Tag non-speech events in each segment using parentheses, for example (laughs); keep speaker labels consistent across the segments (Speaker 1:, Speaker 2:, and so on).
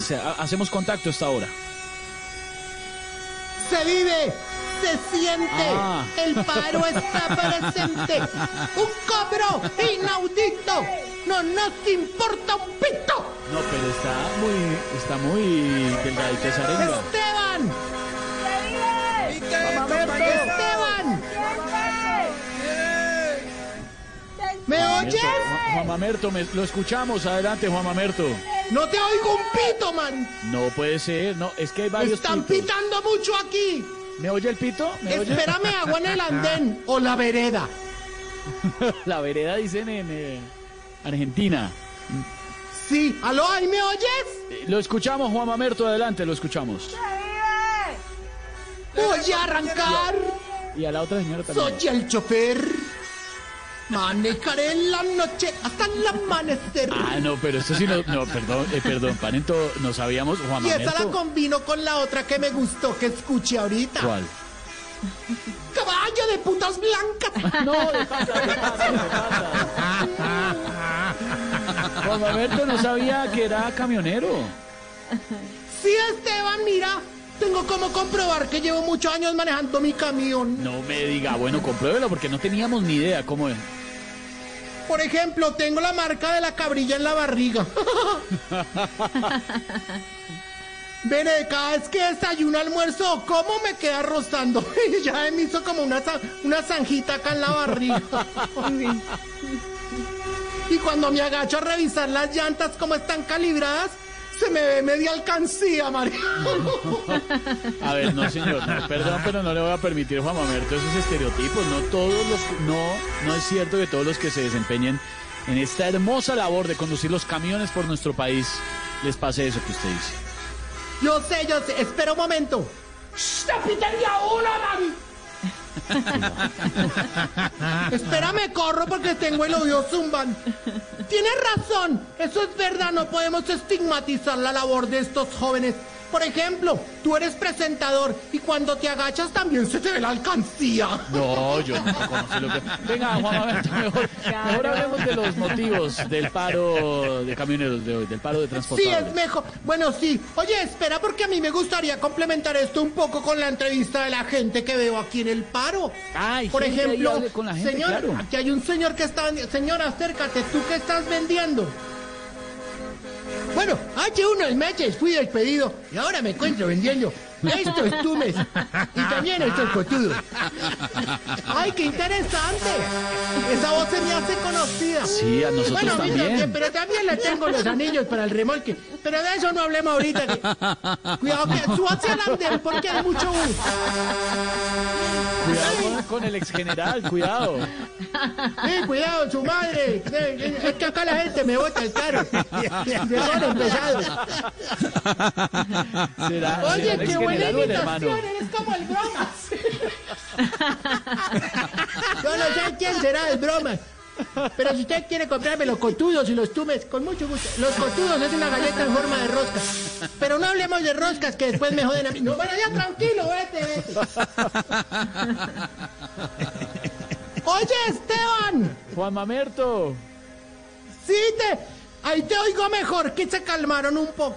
Speaker 1: Se- ha- Hacemos contacto hasta ahora.
Speaker 2: se vive, se siente,
Speaker 1: Ah.
Speaker 2: el paro
Speaker 1: (laughs)
Speaker 2: está presente, un cobro inaudito, no nos importa un pito.
Speaker 1: No, pero está muy, está muy delgadita esa arenga.
Speaker 2: Esteban, Esteban, ¿me oyes?
Speaker 1: Juan- Juan Mamerto, me- lo escuchamos. Adelante, Juan Mamerto.
Speaker 2: No te oigo un pito, man.
Speaker 1: No puede ser, no, es que hay
Speaker 2: Me
Speaker 1: varios
Speaker 2: están
Speaker 1: pitos.
Speaker 2: pitando mucho aquí.
Speaker 1: ¿Me oye el pito? ¿Me oye?
Speaker 2: Espérame agua en el andén o la vereda.
Speaker 1: La vereda dicen en eh, Argentina.
Speaker 2: Sí, aló, ¿ahí me oyes?
Speaker 1: Eh, Lo escuchamos, Juan Mamerto, adelante, lo escuchamos.
Speaker 2: Voy a arrancar.
Speaker 1: Y a la otra señora también.
Speaker 2: Soy el chofer. Manejaré en la noche hasta el amanecer.
Speaker 1: Ah, no, pero esto sí no, no, perdón, eh, perdón, Panento, no sabíamos, Juan
Speaker 2: Y esa la
Speaker 1: Mamerto.
Speaker 2: combino con la otra que me gustó que escuché ahorita.
Speaker 1: ¿Cuál?
Speaker 2: Caballo de
Speaker 1: (laughs)
Speaker 2: putas blancas.
Speaker 1: No, de pasa, de pasa, de pasa. Juan Mamerto no sabía que era camionero.
Speaker 2: Sí, Esteban, mira. Tengo como comprobar que llevo muchos años manejando mi camión.
Speaker 1: No me diga, bueno, compruébelo porque no teníamos ni idea cómo es.
Speaker 2: Por ejemplo, tengo la marca de la cabrilla en la barriga. Bene, eh, cada vez que desayuno, almuerzo, ¿cómo me queda rozando? (laughs) Y ya me hizo como una, za- una zanjita acá en la barriga. y cuando me agacho a revisar las llantas, cómo están calibradas, se me ve media alcancía, María.
Speaker 1: A ver, no señor, no, perdón, pero no le voy a permitir Juan Mamerto esos estereotipos. No todos los, no, no es cierto que todos los que se desempeñen en esta hermosa labor de conducir los camiones por nuestro país les pase eso que usted dice.
Speaker 2: yo sé, yo sé. Espera un momento. ¡Shh! ¡Te piten de a uno, mami! (laughs) Espérame, corro porque tengo el oído zumban. Tienes razón, eso es verdad, no podemos estigmatizar la labor de estos jóvenes. Por ejemplo, tú eres presentador y cuando te agachas también se te ve la alcancía.
Speaker 1: No, yo no conocí lo que. Venga, Juan Mamerto, (laughs) mejor, mejor hablemos de los motivos del paro de camioneros de hoy, del paro de
Speaker 2: Sí, es
Speaker 1: transportadores.
Speaker 2: mejor. Bueno, sí. Oye, espera porque a mí me gustaría complementar esto un poco con la entrevista de la gente que veo aquí en el paro.
Speaker 1: Ay,
Speaker 2: Por
Speaker 1: gente, ahí
Speaker 2: ejemplo,
Speaker 1: hable con la gente,
Speaker 2: señor,
Speaker 1: claro.
Speaker 2: aquí hay un señor que está... vendi- Señor, acércate, ¿tú qué estás vendiendo? Bueno, hace unos meses fui despedido y ahora me encuentro vendiendo estos tumes y también estos cotudos. ¡Ay, qué interesante! Esa voz se me hace conocida.
Speaker 1: Sí, a nosotros
Speaker 2: bueno, a mí
Speaker 1: también.
Speaker 2: pero también le tengo los anillos para el remolque. Pero de eso no hablemos ahorita. que- Cuidado que súbase al andén porque hay mucho bus.
Speaker 1: Cuidado con- con el ex general, cuidado.
Speaker 2: Sí, cuidado, su madre. Eh, Es que acá la gente me bota el carro. (laughs) De todo pesado.
Speaker 1: Será- será
Speaker 2: Oye,
Speaker 1: el
Speaker 2: qué
Speaker 1: ex
Speaker 2: buena
Speaker 1: general o el hermano.
Speaker 2: imitación. Eres como el bromas. (laughs) Yo no sé quién será el bromas. Pero si usted quiere comprarme los cotudos y los tumes, con mucho gusto. Los cotudos es una galleta en forma de rosca. Pero no hablemos de roscas que después me joden a mí. No, bueno, ya tranquilo, vete, (laughs) vete. Oye, Esteban.
Speaker 1: Juan Mamerto.
Speaker 2: Sí, te... Ahí te oigo mejor, que se calmaron un poco.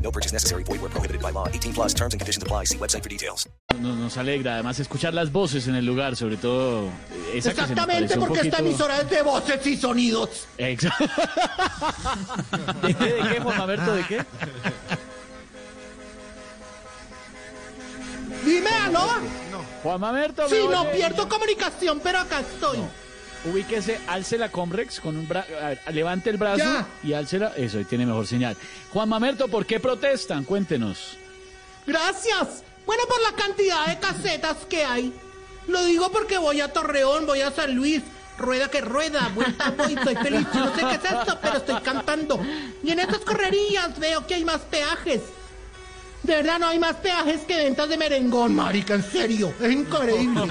Speaker 3: No purchase necessary. Void where prohibited by law. 18 plus terms and conditions apply. See website for details.
Speaker 1: Nos, nos alegra, además, escuchar las voces en el lugar, sobre todo eh, esa que se nos
Speaker 2: Exactamente,
Speaker 1: pareció un
Speaker 2: porque esta
Speaker 1: poquito-
Speaker 2: emisora es de voces y sonidos.
Speaker 1: (laughs) Exa- ¿De qué, de qué, Juan Mamerto, de qué?
Speaker 2: ¿no?
Speaker 1: Juan Mamerto,
Speaker 2: Sí,
Speaker 1: me
Speaker 2: no
Speaker 1: oye.
Speaker 2: pierdo comunicación, pero acá estoy.
Speaker 1: Ubíquese, alce la Comrex con un bra... a ver, levante el brazo
Speaker 2: Ya.
Speaker 1: y alce la... Eso, ahí tiene mejor señal. Juan Mamerto, ¿por qué protestan? Cuéntenos.
Speaker 2: Gracias. Bueno, por la cantidad de casetas que hay. Lo digo porque voy a Torreón, voy a San Luis. Rueda que rueda, vuelta voy, soy feliz. Yo no sé qué es esto, pero estoy cantando. Y en estas correrías veo que hay más peajes. De verdad, no hay más peajes que ventas de merengón, marica, en serio. Es increíble.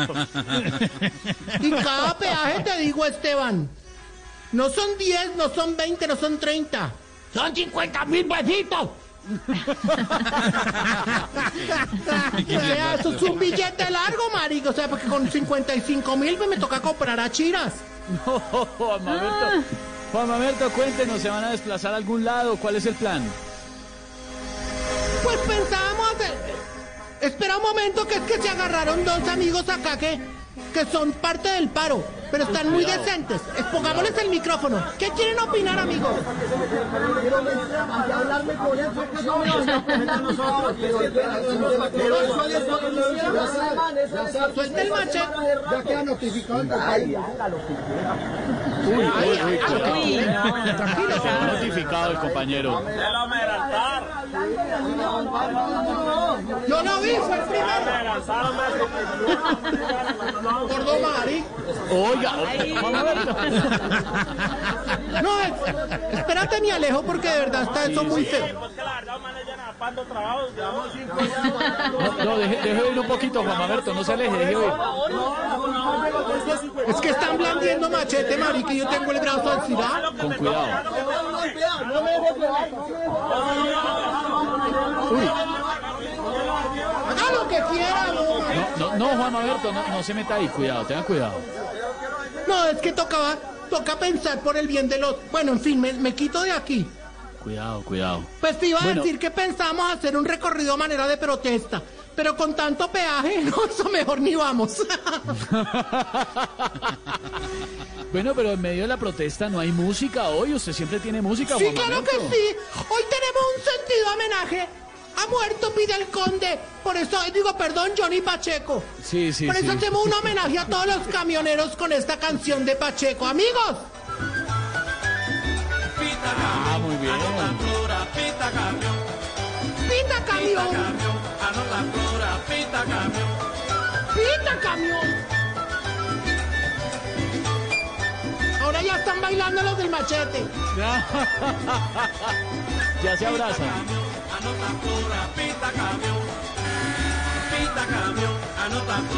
Speaker 2: Y cada peaje, te digo, Esteban, no son 10, no son 20, no son 30. Son 50 mil pesitos. O sea, eso es un billete largo, marico. O sea, porque con 55 mil pues, me toca comprar a Chiras.
Speaker 1: No, (laughs) Juan Mamerto. Juan Mamerto, cuéntenos, ¿se van a desplazar a algún lado? ¿Cuál es el plan?
Speaker 2: Pues pensábamos. eh, espera un momento, que es que se agarraron dos amigos acá que, que son parte del paro, pero están muy decentes. Expongámosles el micrófono. ¿Qué quieren opinar, amigos? Suelta el machete.
Speaker 1: Está notificado el compañero.
Speaker 2: Yo no vi, fue el primero. Gordo Mari.
Speaker 1: Oiga, Juan Mamerto.
Speaker 2: No, es- espérate, mi Alejo, porque de verdad está eso muy feo.
Speaker 1: No, no, deje, deje oír un poquito, Juan Mamerto, no se aleje, deje oír.
Speaker 2: Es que están blandiendo machete, Mari, que yo tengo el brazo oxidado.
Speaker 1: Con cuidado.
Speaker 2: Haga lo que quiera, no, Mari.
Speaker 1: No, no, Juan Mamerto, no, no se meta ahí, cuidado, tengan cuidado.
Speaker 2: No, es que tocaba, toca pensar por el bien de los. Bueno, en fin, me, me quito de aquí.
Speaker 1: Cuidado, cuidado.
Speaker 2: Pues te iba a
Speaker 1: Bueno.
Speaker 2: decir que pensamos hacer un recorrido a manera de protesta, pero con tanto peaje, (laughs) no, eso mejor ni vamos. (laughs)
Speaker 1: Bueno, pero en medio de la protesta no hay música hoy. Usted siempre tiene música,
Speaker 2: Sí,
Speaker 1: Juan
Speaker 2: claro que
Speaker 1: Mamerto.
Speaker 2: sí. Hoy tenemos un sentido homenaje. Ha muerto Pide el Conde. Por eso, digo, perdón, Johnny Pacheco.
Speaker 1: Sí, sí,
Speaker 2: Por eso
Speaker 1: sí.
Speaker 2: hacemos un homenaje a todos los camioneros con esta canción de Pacheco. Amigos,
Speaker 1: Ah, muy bien.
Speaker 2: pita camión. pita camión. Ahora ya están bailando los del machete.
Speaker 1: Ya se abrazan.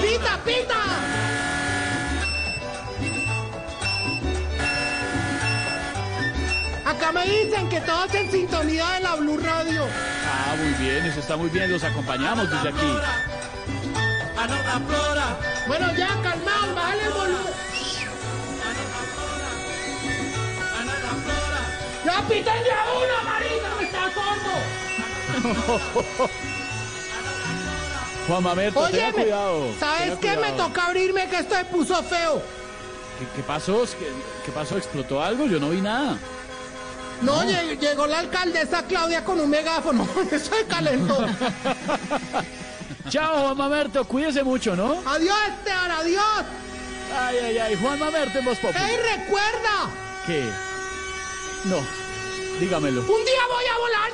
Speaker 2: ¡Pita, pita! Acá me dicen que todos en sintonía de la Blue Radio.
Speaker 1: Ah, muy bien, eso está muy bien. Los acompañamos desde aquí.
Speaker 2: Bueno, ya, calmado, bájale el volumen. ¡Ya piten ya uno, marita! ¡Me está sordo!
Speaker 1: Juan Mamerto, tenga
Speaker 2: Óyeme,
Speaker 1: cuidado.
Speaker 2: ¿sabes
Speaker 1: tenga
Speaker 2: qué? Me
Speaker 1: cuidado.
Speaker 2: toca abrirme que esto se puso feo.
Speaker 1: ¿Qué, qué pasó? ¿Qué, qué pasó? ¿Explotó algo? Yo no vi nada.
Speaker 2: No, lle- llegó la alcaldesa Claudia con un megáfono. (laughs) Eso se calentó.
Speaker 1: Chao, Juan Mamerto. Cuídese mucho, ¿no?
Speaker 2: ¡Adiós, Esteban! ¡Adiós!
Speaker 1: Ay, ay, ay. Juan Mamerto en Voz Populi.
Speaker 2: ¡Ey, recuerda!
Speaker 1: ¿Qué? No. Dígamelo.
Speaker 2: Un día voy a volar,